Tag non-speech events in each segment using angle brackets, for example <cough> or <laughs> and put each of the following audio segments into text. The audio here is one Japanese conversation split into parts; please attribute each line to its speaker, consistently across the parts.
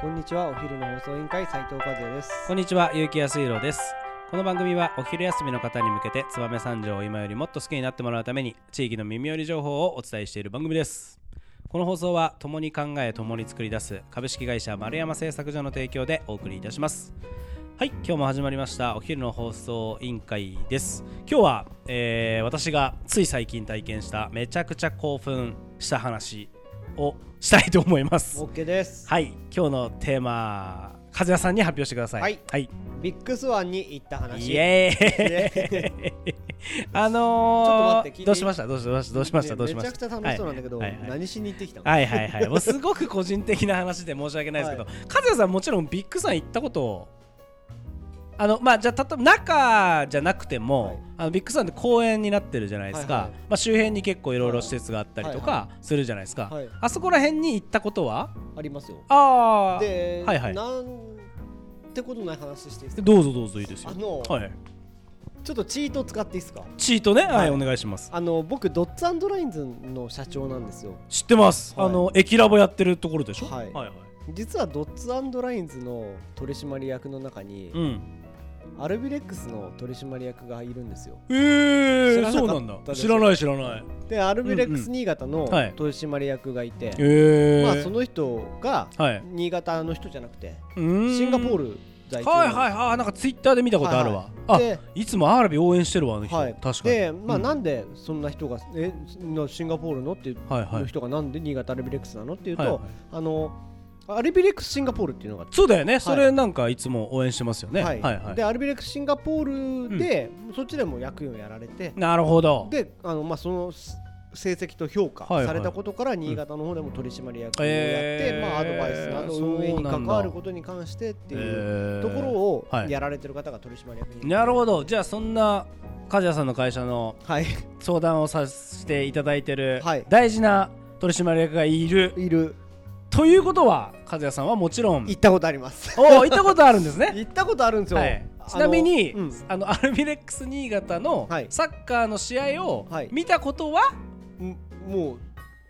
Speaker 1: こんにちはお昼の放送委員会斉藤和也です
Speaker 2: こんにちは、結城康弘です。この番組はお昼休みの方に向けて燕三条を今よりもっと好きになってもらうために地域の耳寄り情報をお伝えしている番組です。この放送は共に考え共に作り出す株式会社丸山製作所の提供でお送りいたします。はい、今日も始まりましたお昼の放送委員会です。今日は、えー私がつい最近体験しためちゃくちゃ興奮した話をしたいと思います。
Speaker 1: OK です
Speaker 2: はい、今日のテーマ、和也さんに発表してください。
Speaker 1: はいビッグスワンに行った話
Speaker 2: イエーイ。 <laughs> あの
Speaker 1: ちょっと待って
Speaker 2: ー、
Speaker 1: 聞いていい
Speaker 2: どうしました、どうしました、どうしました、どうしました。
Speaker 1: めちゃくちゃ楽しそうなんだけど、
Speaker 2: はいはいはい
Speaker 1: 何しに行ってきたの、
Speaker 2: はいはいはい、もうすごく個人的な話で申し訳ないですけど、和也さんもちろんビッグさん行ったことを。あのまあ、じゃあたと中じゃなくても、
Speaker 1: はい
Speaker 2: あのビッグサンって公園になってるじゃないですか、
Speaker 1: はいはい
Speaker 2: まあ、周辺に結構いろいろ施設があったりと
Speaker 1: はいは
Speaker 2: かするじゃないですか、
Speaker 1: はい
Speaker 2: あそこら辺に行ったことは
Speaker 1: ありますよ
Speaker 2: ああ
Speaker 1: で、
Speaker 2: はいはい
Speaker 1: なんってことない話していいですか
Speaker 2: どうぞどうぞいいですよ
Speaker 1: あの
Speaker 2: はい、
Speaker 1: ちょっとチート使っていいですか
Speaker 2: チートねはい、
Speaker 1: はい
Speaker 2: お願いします
Speaker 1: あの僕ドッツラインズの社長なんですよ
Speaker 2: 知ってます、
Speaker 1: はい
Speaker 2: あの駅ラボやってるところでしょ
Speaker 1: はい
Speaker 2: はいはい
Speaker 1: 実はドッツラインズの取締役の中に、
Speaker 2: うん
Speaker 1: アルビレックスの取締役がいるんですよ
Speaker 2: え
Speaker 1: 知ら
Speaker 2: ー、
Speaker 1: なかったです
Speaker 2: そうなんだ知らない知らない
Speaker 1: でアルビレック
Speaker 2: うんう
Speaker 1: ス
Speaker 2: ん
Speaker 1: 新潟の
Speaker 2: はい
Speaker 1: 取締役がいて、
Speaker 2: えー、
Speaker 1: まあその人が
Speaker 2: はい
Speaker 1: 新潟の人じゃなくて、シ
Speaker 2: シ
Speaker 1: ンガポール在住
Speaker 2: はいはいはいなんかツイッターで見たことあるわ、
Speaker 1: はいはい
Speaker 2: あいつもアラビ応援してるわあの人、
Speaker 1: はい、
Speaker 2: 確かに
Speaker 1: で、まあ、
Speaker 2: うん
Speaker 1: なんでそんな人が、えのシンガポールのっていう、
Speaker 2: はいはい
Speaker 1: の人がなんで新潟アルビレックスなのっていうと、
Speaker 2: はいはい
Speaker 1: あのアルビレックスシンガポールっていうのがあって
Speaker 2: そうだよねそれなんかいつも応援してますよね、はい、はい
Speaker 1: でアルビレックスシンガポールで、そっちでも役員をやられて、
Speaker 2: なるほど
Speaker 1: であの、まあ、そのす成績と評価
Speaker 2: はいはい
Speaker 1: されたことから新潟の方でも取締役をやって、
Speaker 2: えー
Speaker 1: まあ、アドバイスなど
Speaker 2: そうなん
Speaker 1: 運
Speaker 2: だ
Speaker 1: 営に関わることに関してっていう
Speaker 2: えー
Speaker 1: ところを
Speaker 2: はい
Speaker 1: やられてる方が取締役に、
Speaker 2: なるほどじゃあそんな梶谷さんの会社の
Speaker 1: はい、
Speaker 2: 相談をさせていただいてる
Speaker 1: はい
Speaker 2: 大事な取締役がいる、
Speaker 1: いる
Speaker 2: ということは和也さんはもちろん
Speaker 1: 行ったことあります
Speaker 2: おー行ったことあるんですね、
Speaker 1: <laughs> 行ったことあるんですよ、
Speaker 2: はい
Speaker 1: あ、の
Speaker 2: ちなみに
Speaker 1: うん
Speaker 2: あの、アルビレックス新潟の
Speaker 1: はい
Speaker 2: サッカーの試合を
Speaker 1: はい
Speaker 2: 見たことは、
Speaker 1: んもう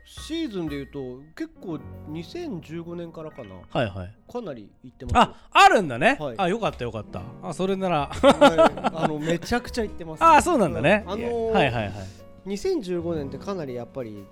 Speaker 1: シーズンでいうと結構2015年からかな
Speaker 2: はい、はい
Speaker 1: かなり行ってますよ
Speaker 2: ああるんだね、
Speaker 1: はい
Speaker 2: あよかったよかったあそれなら <laughs>
Speaker 1: はいあのめちゃくちゃ行ってます
Speaker 2: あそうなんだね、
Speaker 1: あのー
Speaker 2: はいはいはい
Speaker 1: 2015年ってかなりやっぱり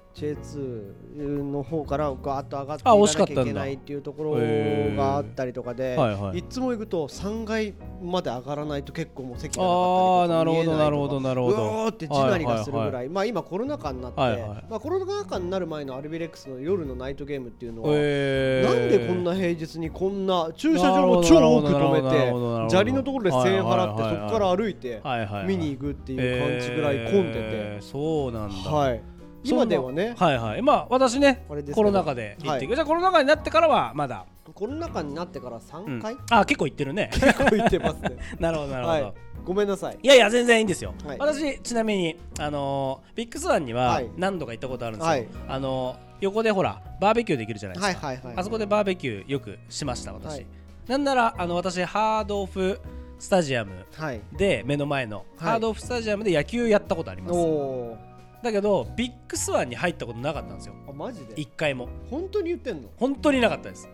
Speaker 1: J2 の方からガーッと上がってい
Speaker 2: あ惜し
Speaker 1: か
Speaker 2: か
Speaker 1: な
Speaker 2: っ
Speaker 1: き
Speaker 2: たん
Speaker 1: ゃ
Speaker 2: だ
Speaker 1: いけないっていうところがあったりとかで、
Speaker 2: へーはいはい
Speaker 1: いつも行くと3階まで上がらないと結構もう席がな
Speaker 2: あー
Speaker 1: か
Speaker 2: な
Speaker 1: った
Speaker 2: る
Speaker 1: り
Speaker 2: ほ
Speaker 1: と
Speaker 2: ど
Speaker 1: か
Speaker 2: なるほど
Speaker 1: 見え
Speaker 2: な
Speaker 1: ない
Speaker 2: る
Speaker 1: とか
Speaker 2: ほ
Speaker 1: う
Speaker 2: ど
Speaker 1: わーって地鳴りがするぐらい、
Speaker 2: はいはい
Speaker 1: まあ今コロナ禍になって、
Speaker 2: はいはい
Speaker 1: まあ、コロナ禍になる前のアルビレックスの夜のナイトゲームっていうのは、
Speaker 2: え
Speaker 1: な
Speaker 2: ー
Speaker 1: んでこんな平日にこんな駐車場も超多く止
Speaker 2: なるほどなるほどなるほ
Speaker 1: めて
Speaker 2: ど
Speaker 1: 砂利のところで1000円
Speaker 2: はいはい
Speaker 1: 払って
Speaker 2: はいはい
Speaker 1: そこから歩いて
Speaker 2: はいはいはい
Speaker 1: 見に行くっていう感じぐらい混んで
Speaker 2: え
Speaker 1: て
Speaker 2: ーそうなんだ、
Speaker 1: はい今ではね
Speaker 2: そんなはいはいまあ私ね
Speaker 1: あれですけど
Speaker 2: コロナ禍で行ってく、じゃあコロナ禍になってからはまだ、
Speaker 1: コロナ禍になってから
Speaker 2: う
Speaker 1: 3
Speaker 2: ん
Speaker 1: 回
Speaker 2: あ結構行ってるね <laughs>
Speaker 1: 結構行ってますね
Speaker 2: なるほど <laughs> なるほ
Speaker 1: は
Speaker 2: ど、
Speaker 1: いごめんなさい
Speaker 2: いやいや全然いいんですよ、
Speaker 1: はい
Speaker 2: 私ちなみにあのービッグスワンには
Speaker 1: はい
Speaker 2: 何度か行ったことあるんですよ、
Speaker 1: はい
Speaker 2: あのー横でほらバーベキューできるじゃないですか、
Speaker 1: はいはいはい
Speaker 2: あそこでバーベキューよくしました私、
Speaker 1: はい
Speaker 2: なんならあの私ハードオフスタジアム
Speaker 1: はい
Speaker 2: で目の前の、
Speaker 1: はい
Speaker 2: ハードオフスタジアムで野球やったことありま
Speaker 1: お
Speaker 2: す
Speaker 1: お
Speaker 2: だけどビッグスワンに入ったことなかったんですよ
Speaker 1: ーあマジで
Speaker 2: 一回も
Speaker 1: 本当に言ってんの
Speaker 2: 本当になかったです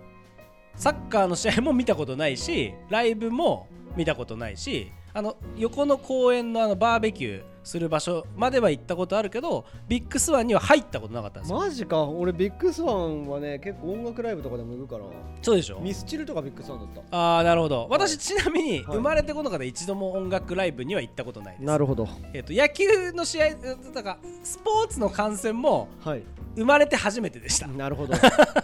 Speaker 2: サッカーの試合も見たことないしライブも見たことないしあの横の公園のあのバーベキューする場所までは行ったことあるけどビッグスワンには入ったことなかったんですよ、
Speaker 1: マジか俺ビッグスワンはね結構音楽ライブとかでも行くから
Speaker 2: そうでしょ
Speaker 1: ミスチルとかビッグスワンだっ
Speaker 2: ああなるほど私ちなみに
Speaker 1: はい
Speaker 2: 生まれてこの方で一度も音楽ライブには行ったことない
Speaker 1: た
Speaker 2: です、
Speaker 1: なるほど
Speaker 2: えっと野球の試合だからスポーツの観戦も
Speaker 1: はい
Speaker 2: 生まれて初めてでした
Speaker 1: なるほ <laughs> ど。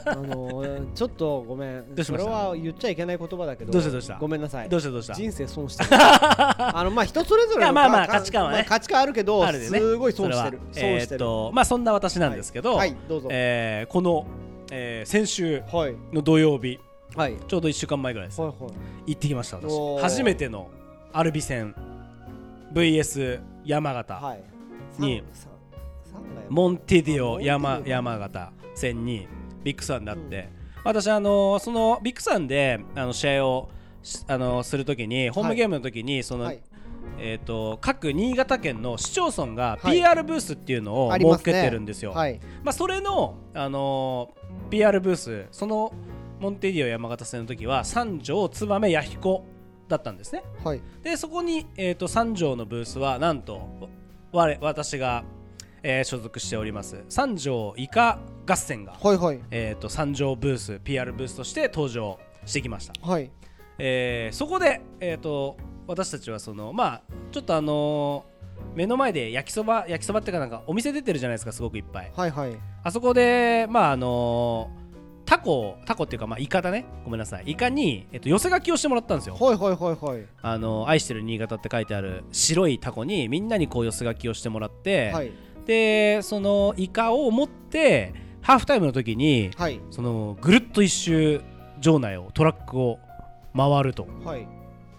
Speaker 1: あのーちょっとごめん。
Speaker 2: どうしました
Speaker 1: それは言っちゃいけない言葉だけど。
Speaker 2: どうしたどうした
Speaker 1: ごめんなさい。
Speaker 2: どうしたどうした
Speaker 1: 人生損してる。 <laughs> あのまあ人それぞれの
Speaker 2: いやまあまあ
Speaker 1: か
Speaker 2: 価値観はね
Speaker 1: まあ価値観あるけど、
Speaker 2: あるでね
Speaker 1: すごい損してる。損
Speaker 2: それは
Speaker 1: して
Speaker 2: えー
Speaker 1: る。
Speaker 2: っとまあそんな私なんですけど、
Speaker 1: はい、どうぞ。
Speaker 2: えーこの、えー先週
Speaker 1: はい
Speaker 2: の土曜日
Speaker 1: はいはい
Speaker 2: ちょうど1週間前ぐらいです
Speaker 1: はい。
Speaker 2: 行ってきました
Speaker 1: お
Speaker 2: 私
Speaker 1: ー
Speaker 2: 初めてのアルビ戦 VS 山形、
Speaker 1: はい。
Speaker 2: に
Speaker 1: 三三三がやっぱ
Speaker 2: モンテディ
Speaker 1: モン
Speaker 2: オ
Speaker 1: テディオ
Speaker 2: 山山形戦にビッグサンであって、私あのそのビッグサンであの試合をしあのするときにホームゲームのときに、その、
Speaker 1: はい
Speaker 2: えー、と各新潟県の市町村が
Speaker 1: はい
Speaker 2: PR ブースっていうのを
Speaker 1: あり
Speaker 2: 設
Speaker 1: ます
Speaker 2: け
Speaker 1: ね
Speaker 2: てるんですよ。
Speaker 1: はい
Speaker 2: まあ、それの、あのー PR ブースそのモンテディオ山形戦の時は三条燕弥彦だったんですね
Speaker 1: はい
Speaker 2: でそこに、えー、と三条のブースはなんと我私が、えー所属しております三条イカ合戦が、
Speaker 1: はいはい
Speaker 2: えー、と三条ブース PR ブースとして登場してきました、
Speaker 1: はい
Speaker 2: えーそこで、えー、と私たちはそのまあちょっとあのー目の前で焼きそば焼きそばっていうかなんかお店出てるじゃないですかすごくいっぱい
Speaker 1: はいはい
Speaker 2: あそこでまああのータコタコっていうかまあイカだねごめんなさいイカに、えっと寄せ書きをしてもらったんですよ
Speaker 1: はいはいはいはい
Speaker 2: あの愛してる新潟って書いてある白いタコにみんなにこう寄せ書きをしてもらって、
Speaker 1: はい
Speaker 2: でそのイカを持ってハーフタイムの時に
Speaker 1: はい
Speaker 2: そのぐるっと一周場内をトラックを回ると
Speaker 1: はい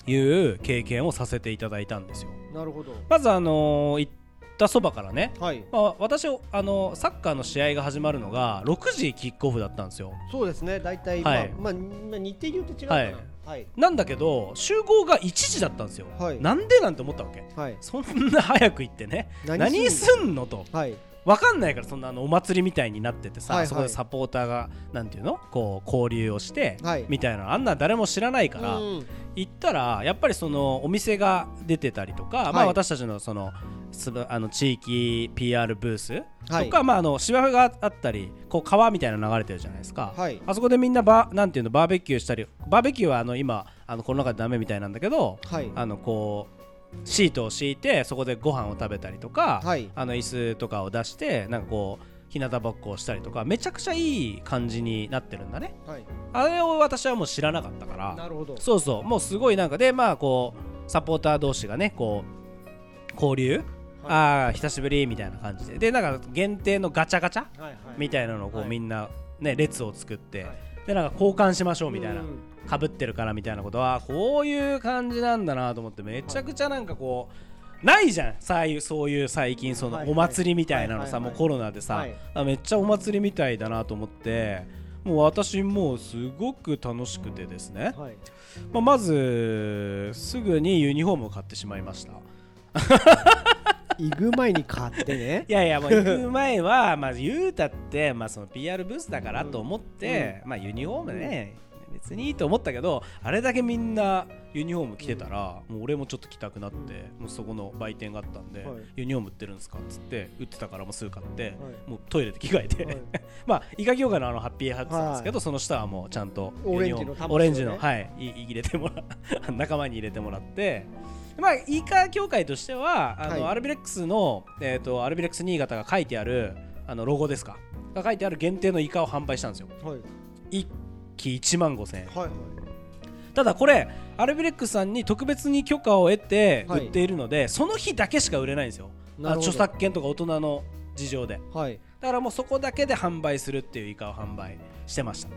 Speaker 2: いう経験をさせていただいたんですよ
Speaker 1: なるほど
Speaker 2: まずあの行ったそばからね、
Speaker 1: はい
Speaker 2: まあ、私あのサッカーの試合が始まるのが6時キックオフだったんですよ
Speaker 1: そうですね大体、
Speaker 2: はい
Speaker 1: まあ、まあまあ日程によって違うかな
Speaker 2: はい
Speaker 1: はい
Speaker 2: なんだけど集合が1時だったんですよ、
Speaker 1: はい
Speaker 2: なんでなんて思ったわけ
Speaker 1: はい
Speaker 2: そんな早く行ってね何すんのと
Speaker 1: はい
Speaker 2: 分かんないからそんなあのお祭りみたいになっててさ、
Speaker 1: はいはい
Speaker 2: そこでサポーターがなんていうのこう交流をして、
Speaker 1: はい
Speaker 2: みたいなあんな誰も知らないから、
Speaker 1: うん
Speaker 2: 行ったらやっぱりそのお店が出てたりとか、
Speaker 1: い
Speaker 2: まあ、私たちのそのすばあの地域 PR ブースとか、
Speaker 1: はい
Speaker 2: まあ、あの芝生があったりこう川みたいなの流れてるじゃないですか、
Speaker 1: はい
Speaker 2: あそこでみんなバーなんていうのバーベキューしたりバーベキューはあの今あのコロナ禍でダメみたいなんだけど、
Speaker 1: はい
Speaker 2: あのこうシートを敷いてそこでご飯を食べたりとか、
Speaker 1: はい
Speaker 2: あの椅子とかを出してなんかこう日向ぼっこをしたりとかめちゃくちゃいい感じになってるんだね
Speaker 1: はい
Speaker 2: あれを私はもう知らなかったから
Speaker 1: なるほど
Speaker 2: そうそうもうすごいなんかでまあこうサポーター同士がねこう交
Speaker 1: は
Speaker 2: 流、
Speaker 1: い
Speaker 2: ああ久しぶりみたいな感じででなんか限定のガチャガチャ
Speaker 1: はいはい
Speaker 2: みたいなのをこう、
Speaker 1: はい
Speaker 2: みんなね列を作って、
Speaker 1: はい
Speaker 2: でなんか交換しましょうみたいな
Speaker 1: うん
Speaker 2: かぶってるからみたいなことはこういう感じなんだなと思ってめちゃくちゃなんかこうないじゃんさいそういう最近そ
Speaker 1: は
Speaker 2: の
Speaker 1: いはい
Speaker 2: お祭りみたいなのさ
Speaker 1: はいはい
Speaker 2: も
Speaker 1: は
Speaker 2: う
Speaker 1: い
Speaker 2: コロナでさ
Speaker 1: はい
Speaker 2: あめっちゃお祭りみたいだなと思ってもう私もうすごく楽しくてですね、
Speaker 1: はい
Speaker 2: まあ、まずすぐにユニフォームを買ってしまいましたい
Speaker 1: 行く前に買ってね
Speaker 2: <laughs> やいやもう行く前は <laughs> まあ言うたってまあその PR ブースだからと思って、まあユニフォームね別にいいと思ったけどあれだけみんなユニフォーム着てたら、もう俺もちょっと着たくなって、もうそこの売店があったんで、
Speaker 1: はい
Speaker 2: ユニフォーム売ってるんですかっつって売ってたからもうすぐ買って、
Speaker 1: い
Speaker 2: もうトイレで着替えて、
Speaker 1: はい
Speaker 2: まあイカ業界のあのハッピーハッツなんですけど、その下はもうちゃんと
Speaker 1: オレンジの
Speaker 2: ユニフォーム
Speaker 1: 玉
Speaker 2: オレンジの
Speaker 1: ですよ
Speaker 2: はいい入れてもら <laughs> 仲間に入れてもらってまあイカ業界としてはあの、
Speaker 1: はい
Speaker 2: アルビレックスのえっ、とアルビレックス新潟が書いてあるあのロゴですかが書いてある限定のイカを販売したんですよ
Speaker 1: はい
Speaker 2: 一機1万5000円
Speaker 1: はい
Speaker 2: ただこれアルビレックスさんに特別に許可を得て
Speaker 1: はい
Speaker 2: 売っているので、その日だけしか売れないんですよあの
Speaker 1: なるほど
Speaker 2: 著作権とか大人の事情で
Speaker 1: はい
Speaker 2: だからもうそこだけで販売するっていうイカを販売してました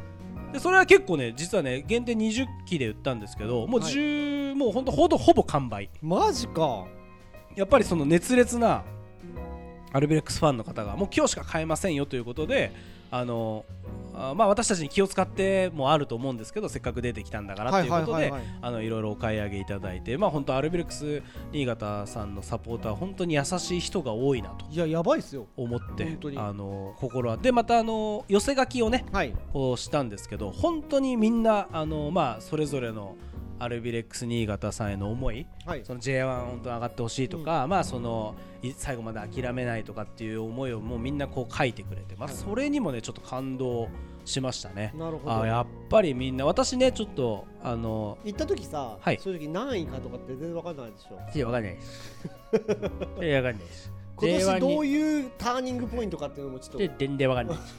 Speaker 2: でそれは結構ね実はね限定20機で売ったんですけどもう
Speaker 1: はい
Speaker 2: 10、もうほんとほぼほぼ完売
Speaker 1: マジか
Speaker 2: やっぱりその熱烈なアルビレックスファンの方がもう今日しか買えませんよということであのあまあ私たちに気を使ってもあると思うんですけどせっかく出てきたんだからということで、
Speaker 1: はいはいはいはい
Speaker 2: あのいろいろお買い上げいただいてまあ本当アルビレックス新潟さんのサポーターは本当に優しい人が多いなと
Speaker 1: いややばいっすよ
Speaker 2: 思って
Speaker 1: 本当に
Speaker 2: あの心はでまたあの寄せ書きをね
Speaker 1: はい
Speaker 2: こうしたんですけど本当にみんなあの、まあ、それぞれのアルビレックス新潟さんへの思い
Speaker 1: はい
Speaker 2: その J1 本当に上がってほしいとか、まあそのい最後まで諦めないとかっていう思いをもうみんなこう書いてくれて、まあ、
Speaker 1: はい
Speaker 2: それにもねちょっと感動しましたね。
Speaker 1: なるほど
Speaker 2: あーやっぱりみんな私ねちょっとあの
Speaker 1: 行った時さ、
Speaker 2: はい
Speaker 1: そういう時何位かとかって全然わかんないでしょ
Speaker 2: いやわかんないです <laughs> いやわかんないです
Speaker 1: 今年どう
Speaker 2: う
Speaker 1: いうターニングポイントかっていうのもちょっと
Speaker 2: 全然わ
Speaker 1: <laughs>
Speaker 2: かんないです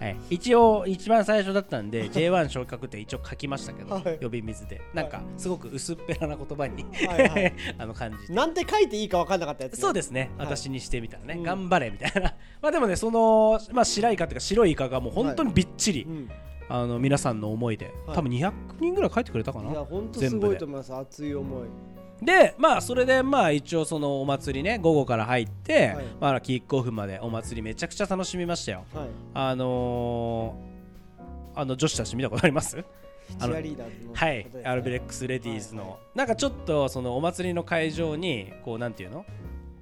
Speaker 2: はい、一応一番最初だったんで J1 昇格って一応書きましたけど、
Speaker 1: はい
Speaker 2: 呼び水でなんかすごく薄っぺらな言葉に
Speaker 1: はいはい
Speaker 2: <laughs> あの感じて
Speaker 1: なんて書いていいかわかんなかったやつね、
Speaker 2: そうですね、
Speaker 1: はい
Speaker 2: 私にしてみたらね、
Speaker 1: うん
Speaker 2: 頑張れみたいな <laughs> まあでもねその、まあ、白いイカっていうか白いイカがもう本当にびっちり、
Speaker 1: うん、
Speaker 2: あの皆さんの思いで、
Speaker 1: はい
Speaker 2: 多分200人ぐらい書いてくれたか
Speaker 1: いや
Speaker 2: な
Speaker 1: 本当すごいと思います熱い思い
Speaker 2: でまあそれでまあ一応そのお祭りね午後から入っ
Speaker 1: は
Speaker 2: て、
Speaker 1: い
Speaker 2: まあ、キックオフまでお祭りめちゃくちゃ楽しみましたよ
Speaker 1: はい
Speaker 2: あのーあの女子たち見たことありますあ
Speaker 1: チ
Speaker 2: の
Speaker 1: アリーダーズの
Speaker 2: はい、アルビレッ
Speaker 1: ク
Speaker 2: クス・レディースの、
Speaker 1: はいは
Speaker 2: なんかちょっとそのお祭りの会場にこうなんていうの、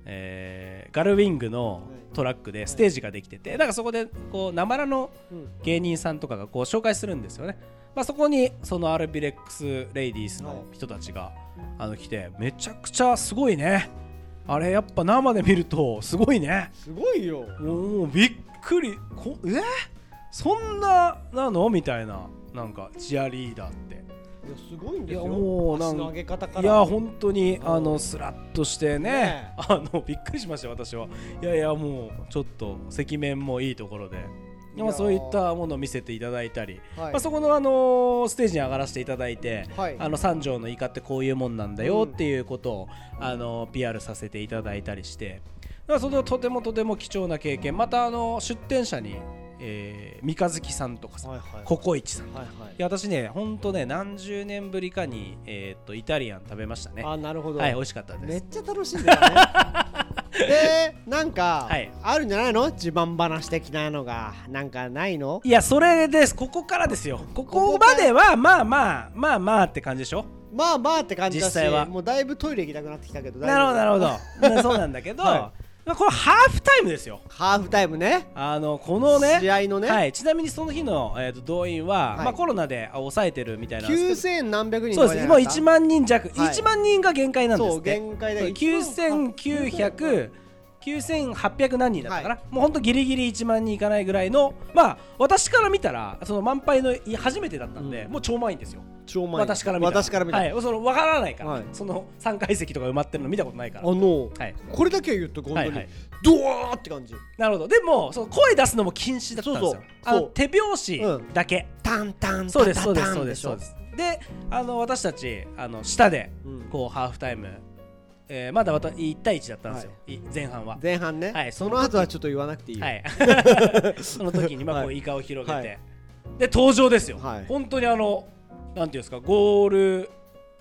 Speaker 2: えーガルウィングのトラックでステージができてて、なんかそこでこうなまらの
Speaker 1: うん
Speaker 2: 芸人さんとかがこう紹介するんですよね、まあ、そこにそのアルビレックス・レイディースの人たちがあの来てめちゃくちゃすごいねあれやっぱ生で見るとすごいね
Speaker 1: すごいよ
Speaker 2: もうびっくりこえそんななのみたいななんかチアリーダーって
Speaker 1: いやすごいんです
Speaker 2: い
Speaker 1: よ
Speaker 2: やもうなん
Speaker 1: 足の上げ方から
Speaker 2: いや本当に
Speaker 1: うん
Speaker 2: あのスラッとしてね
Speaker 1: ねえ
Speaker 2: あのびっくりしましたよ私はいやいやもうちょっと赤面もいいところで
Speaker 1: いや
Speaker 2: まあそういったものを見せていただいたり、
Speaker 1: はい
Speaker 2: まあ、そこの、あのーステージに上がらせていただいて、
Speaker 1: はい
Speaker 2: あの三条のイカってこういうもんなんだよっていうことを、あのー PR させていただいたりしてだからそれはとてもとても貴重な経験また、あのー出店者に、えー三日月さんとかさ、
Speaker 1: はいはい
Speaker 2: ココイチさんい
Speaker 1: はいはい
Speaker 2: や私ねほんとね何十年ぶりかに、えーっとイタリアン食べましたねは
Speaker 1: あなるほど、
Speaker 2: い美味しかったです
Speaker 1: めっちゃ楽しんでたねでなんか、
Speaker 2: はい
Speaker 1: あるんじゃないの自慢話的なのがなんかないの
Speaker 2: いやそれですここからですよここ
Speaker 1: こか
Speaker 2: ま
Speaker 1: ら
Speaker 2: ではまあまあまあまあって感じでしょ
Speaker 1: まあまあって感じだし
Speaker 2: 実際は
Speaker 1: もうだいぶトイレ行きたくなってきたけど
Speaker 2: なるほどなる
Speaker 1: ほ
Speaker 2: ほど
Speaker 1: <laughs>
Speaker 2: まあそうなんだけど、
Speaker 1: は
Speaker 2: まあこれハーフタイムですよ
Speaker 1: どハーフタイムね
Speaker 2: あのこのね
Speaker 1: 試合のね、
Speaker 2: はい、ちなみにその日の、えー、と動員は、
Speaker 1: はい
Speaker 2: まあ、コロナであ抑えてるみたいなんですけ
Speaker 1: 9000何百
Speaker 2: ど
Speaker 1: 人
Speaker 2: そうです今1
Speaker 1: 万
Speaker 2: 万人弱、
Speaker 1: はい
Speaker 2: 1万人が限界なんです
Speaker 1: そう
Speaker 2: って
Speaker 1: 限界だよ
Speaker 2: 9900 9800何人だったかな、
Speaker 1: は
Speaker 2: もうほんとギリギリ1万人いかないぐらいのまあ私から見たらその満杯のい初めてだったんで、
Speaker 1: う
Speaker 2: もう超満員ですよ
Speaker 1: 超満員
Speaker 2: 私から見たら
Speaker 1: 私から見たら、
Speaker 2: はい、その分からないから、
Speaker 1: はい
Speaker 2: その3階席とか埋まってるの見たことないか
Speaker 1: あ
Speaker 2: ら
Speaker 1: の、
Speaker 2: はい
Speaker 1: これだけは言っとく本当に、
Speaker 2: はいはい
Speaker 1: ドワーって感じ
Speaker 2: なるほどでもその声出すのも禁止だったんですよ
Speaker 1: そうそう
Speaker 2: あの
Speaker 1: そう
Speaker 2: 手拍子
Speaker 1: うん
Speaker 2: だけ、
Speaker 1: タンタン
Speaker 2: そうで
Speaker 1: タ
Speaker 2: す
Speaker 1: タ
Speaker 2: そうで
Speaker 1: タ
Speaker 2: すそう
Speaker 1: ン
Speaker 2: で
Speaker 1: ですし
Speaker 2: そう
Speaker 1: ょ
Speaker 2: ですであの私たちあの下で
Speaker 1: うん
Speaker 2: こうハーフタイム、えーまだまた1対1だったんですよ、
Speaker 1: はい
Speaker 2: 前半は
Speaker 1: 前半ね、
Speaker 2: はいそ
Speaker 1: そ
Speaker 2: の
Speaker 1: の後はちょっと言わなくていいよ、
Speaker 2: はい
Speaker 1: <laughs>
Speaker 2: その時にまあこう
Speaker 1: は
Speaker 2: イカを広げて、
Speaker 1: はい
Speaker 2: で登場ですよ、
Speaker 1: はい
Speaker 2: 本当にあのなんていうんですかゴール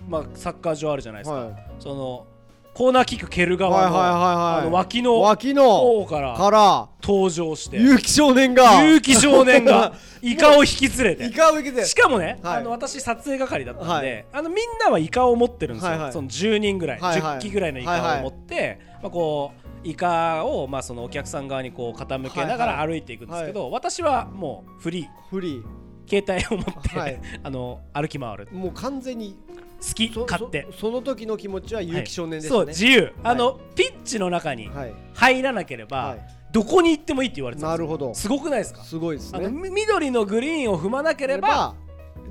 Speaker 2: まあサッカー場あるじゃないですか、
Speaker 1: はい
Speaker 2: そのコーナーキック蹴る側
Speaker 1: はい
Speaker 2: の,、
Speaker 1: はいはいはい
Speaker 2: あの脇の
Speaker 1: 脇の
Speaker 2: 方から
Speaker 1: から
Speaker 2: 登場して
Speaker 1: 結城少年が
Speaker 2: 勇気少年がイカを引き連
Speaker 1: <laughs>
Speaker 2: れ
Speaker 1: イ
Speaker 2: て
Speaker 1: カを受けて
Speaker 2: しかもね、
Speaker 1: はい
Speaker 2: あの私撮影係だったんで、
Speaker 1: はい
Speaker 2: あのみんなはイカを持ってるんですよ、
Speaker 1: はいはい
Speaker 2: その10人ぐらい、
Speaker 1: はいはい
Speaker 2: 10機ぐらいのイカを持って、まあ、こうイカを、まあ、そのお客さん側にこう傾けなが
Speaker 1: はい
Speaker 2: ら
Speaker 1: は
Speaker 2: 歩いていくんですけど、私はもうフリー
Speaker 1: フリ
Speaker 2: 携帯を持って、
Speaker 1: はい
Speaker 2: <laughs> あの歩き回る
Speaker 1: ーもう完全に
Speaker 2: 好き
Speaker 1: そ
Speaker 2: 勝手
Speaker 1: そその時の気持ちは
Speaker 2: はい
Speaker 1: 結城少年です
Speaker 2: そう
Speaker 1: ね、
Speaker 2: 自由、あのピッチの中に
Speaker 1: はい
Speaker 2: 入らなければ、
Speaker 1: はい
Speaker 2: どこに行ってもいいって言われてた
Speaker 1: なん
Speaker 2: で
Speaker 1: るほど
Speaker 2: すよすごくないですか
Speaker 1: すごいです
Speaker 2: あの
Speaker 1: ね
Speaker 2: み緑のグリーンを踏まなければ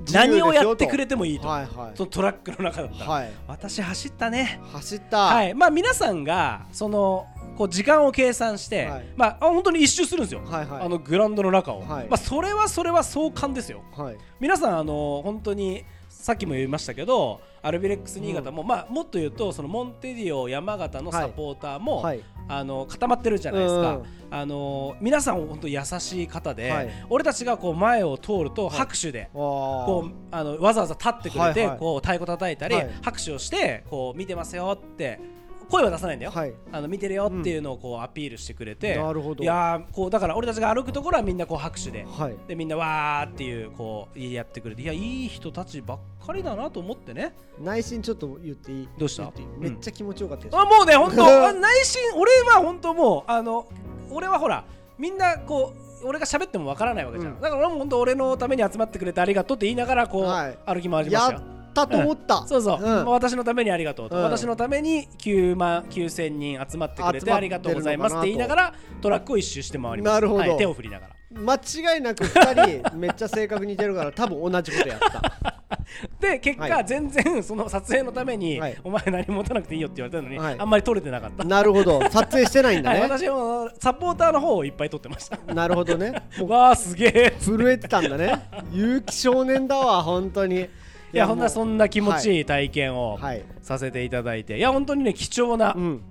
Speaker 1: 自由です
Speaker 2: 何
Speaker 1: よ
Speaker 2: をやって
Speaker 1: と
Speaker 2: くれてもいいと、
Speaker 1: はいは
Speaker 2: そのトラックの中だった
Speaker 1: い
Speaker 2: ら、
Speaker 1: はい
Speaker 2: 私走ったね
Speaker 1: 走った
Speaker 2: はいまあ皆さんがそのこう時間を計算して、
Speaker 1: はい
Speaker 2: まああ本当に一周するんですよ、
Speaker 1: はいはい
Speaker 2: あのグラウンドの中を、
Speaker 1: はい
Speaker 2: まあそれはそれは壮観ですよ
Speaker 1: はい
Speaker 2: 皆さんあの本当にさっきも言いましたけどアルビレックス新潟も、まあもっと言うとそのモンテディオ山形のサポーターも、
Speaker 1: はい
Speaker 2: あの固まってるじゃないですか、
Speaker 1: うん
Speaker 2: あの皆さん本当優しい方で、
Speaker 1: はい
Speaker 2: 俺たちがこう前を通ると拍手で、こ
Speaker 1: こ
Speaker 2: うあのわざわざ立ってくれて、
Speaker 1: はいはい
Speaker 2: こう太鼓叩いたり、
Speaker 1: はい
Speaker 2: 拍手をしてこう見てますよって声は出さないんだよ、
Speaker 1: はい
Speaker 2: あの見てるよっていうのをこうアピールしてくれて、
Speaker 1: なるほど
Speaker 2: いやーこうだから俺たちが歩くところはみんなこう拍手で。
Speaker 1: はい
Speaker 2: でみんなわーっていうこうやってくれていやいい人たちばっかりだなと思ってね
Speaker 1: 内心ちょっと言っていい
Speaker 2: どうした
Speaker 1: 言っていい
Speaker 2: うん
Speaker 1: めっちゃ気持ちよかったです
Speaker 2: あもうね本当
Speaker 1: <laughs>
Speaker 2: あ内心俺は本当もうあの俺はほらみんなこう俺が喋ってもわからないわけじゃん、
Speaker 1: うん
Speaker 2: だから俺も本当俺のために集まってくれてありがとうって言いながらこう、
Speaker 1: はい
Speaker 2: 歩き回りまし
Speaker 1: や
Speaker 2: たよ
Speaker 1: ったと思った、
Speaker 2: そうそう、
Speaker 1: ん
Speaker 2: まあ私のためにありがとうと、
Speaker 1: うん
Speaker 2: 私のために9万9000人集まって
Speaker 1: 集まっ
Speaker 2: くれて
Speaker 1: てるのかなと
Speaker 2: ありがとうございますって言いながらトラックを一周して回ります
Speaker 1: なるほど
Speaker 2: はい、手を振りながら
Speaker 1: 間違いなく2人 <laughs> めっちゃ性格似てるから多分同じことやった
Speaker 2: で結果、
Speaker 1: はい
Speaker 2: 全然その撮影のために、
Speaker 1: はい
Speaker 2: お前何も持たなくていいよって言われたのに、
Speaker 1: はい
Speaker 2: あんまり撮れてなかった、
Speaker 1: なるほど撮影してないんだ
Speaker 2: はい、
Speaker 1: ね、
Speaker 2: 私もサポーターの方をいっぱい撮ってました
Speaker 1: なるほどね
Speaker 2: わあすげえ
Speaker 1: 震えてたんだ
Speaker 2: <laughs>
Speaker 1: ね結城少年だわ本当にい
Speaker 2: いやほんな
Speaker 1: も
Speaker 2: そんな気持ちいい体験を、
Speaker 1: うはい
Speaker 2: させていただいていや本当にね貴重な、
Speaker 1: うん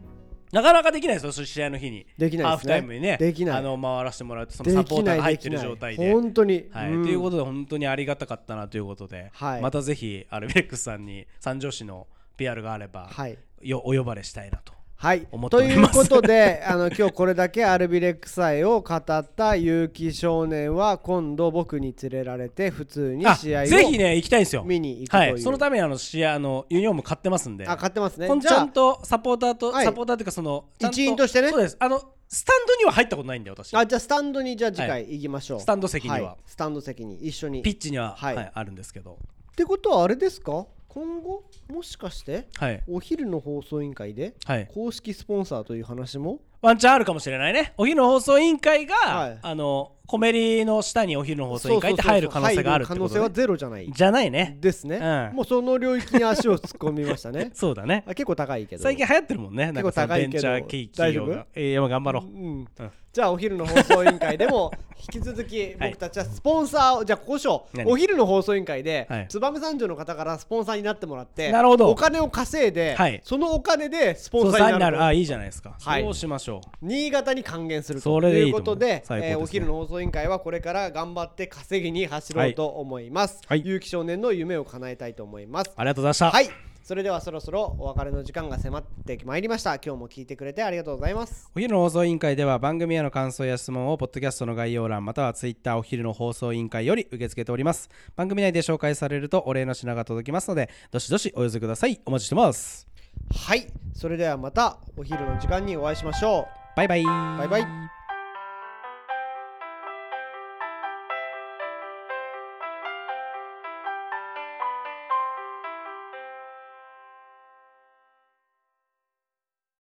Speaker 2: なかなかできないですよそう試合の日に
Speaker 1: できないですね
Speaker 2: ハーフタイムにね
Speaker 1: できない
Speaker 2: あの回らせてもらうとその
Speaker 1: で
Speaker 2: サポ
Speaker 1: き
Speaker 2: ータ
Speaker 1: な
Speaker 2: ー
Speaker 1: い
Speaker 2: が入っ
Speaker 1: で
Speaker 2: て
Speaker 1: き
Speaker 2: る
Speaker 1: ない
Speaker 2: 状態で
Speaker 1: 本当に
Speaker 2: はい、
Speaker 1: ん
Speaker 2: ということで本当にありがたかったなということで、
Speaker 1: はい
Speaker 2: またぜひアルビレックスさんに三条市の PR があれば、
Speaker 1: はい
Speaker 2: よお呼ばれしたいなと。
Speaker 1: はい、
Speaker 2: 思ってお
Speaker 1: と
Speaker 2: り
Speaker 1: いう
Speaker 2: ます
Speaker 1: ことであの今日これだけアルビレック祭を語った結城少年は今度僕に連れられて普通に
Speaker 2: あ
Speaker 1: 試合を
Speaker 2: ぜひね行きたいんですよ。
Speaker 1: 見に行くと
Speaker 2: は
Speaker 1: いう、
Speaker 2: い、そのためにあの試合あのユニフォーム買ってますんで、
Speaker 1: あ買ってますね
Speaker 2: こん
Speaker 1: じ
Speaker 2: ちゃ
Speaker 1: ゃ
Speaker 2: んとサポーターと、
Speaker 1: はい
Speaker 2: サポーターというかそのちゃん
Speaker 1: 一員としてね
Speaker 2: そうです。あのスタンドには入ったことないんだよ私
Speaker 1: あじゃあスタンドにじゃあ次回行きましょう、
Speaker 2: スタンド席には、
Speaker 1: いスタンド席に一緒に
Speaker 2: ピッチには、
Speaker 1: はい
Speaker 2: はいあるんですけど
Speaker 1: ってことはあれですか今後もしかして
Speaker 2: はい
Speaker 1: お昼の放送委員会で
Speaker 2: はい
Speaker 1: 公式スポンサーという話も
Speaker 2: ワンチャンあるかもしれないねお昼の放送委員会が、
Speaker 1: はい
Speaker 2: あのコメリの下にお昼の放送委員会って入る可能性があるってこと
Speaker 1: そうそうそう入る可能性は
Speaker 2: ね
Speaker 1: ゼロじゃない
Speaker 2: じゃないね
Speaker 1: ですね、
Speaker 2: うん
Speaker 1: もうその領域に足を突っ込みましたね
Speaker 2: <laughs> そうだね
Speaker 1: あ結構高いけど
Speaker 2: 最近流行ってるもんねなんかそ
Speaker 1: 結構
Speaker 2: の
Speaker 1: 高い
Speaker 2: ベン
Speaker 1: け
Speaker 2: チ
Speaker 1: ど
Speaker 2: ャー企業
Speaker 1: 大丈
Speaker 2: がえー、まあ頑張ろう、
Speaker 1: うんじゃあお昼の放送委員会でも引き続き僕たちはスポンサーをじゃあここしょ
Speaker 2: 何
Speaker 1: お昼の放送委員会で
Speaker 2: はい
Speaker 1: 燕三条の方からスポンサーになってもらって
Speaker 2: なるほど
Speaker 1: お金を稼いで
Speaker 2: はい
Speaker 1: そのお金でスポ
Speaker 2: そ
Speaker 1: ン
Speaker 2: う
Speaker 1: サ
Speaker 2: さ
Speaker 1: ー
Speaker 2: ん
Speaker 1: に
Speaker 2: に
Speaker 1: な
Speaker 2: な
Speaker 1: る
Speaker 2: るあいいじゃないですか、
Speaker 1: はい
Speaker 2: そうしましょ
Speaker 1: 新潟に還元する
Speaker 2: そ
Speaker 1: と
Speaker 2: れでい
Speaker 1: い
Speaker 2: いうと
Speaker 1: こ
Speaker 2: 思う
Speaker 1: とで
Speaker 2: 最高ですね
Speaker 1: えーお昼の放送委員会はこれから頑張って稼ぎに走ろうと思います、
Speaker 2: はいはい
Speaker 1: 有機少年の夢を叶えたいと思います
Speaker 2: うありがとうございました、
Speaker 1: はいそれではそろそろお別れの時間が迫ってまいりました今日も聞いてくれてありがとうございます
Speaker 2: お昼の放送委員会では番組への感想や質問をポッドキャストの概要欄またはツイッターお昼の放送委員会より受け付けております番組内で紹介されるとお礼の品が届きますのでどしどしお寄せくださいお待ちしてます
Speaker 1: はいそれではまたお昼の時間にお会いしましょう
Speaker 2: バイバイ
Speaker 1: バイバイ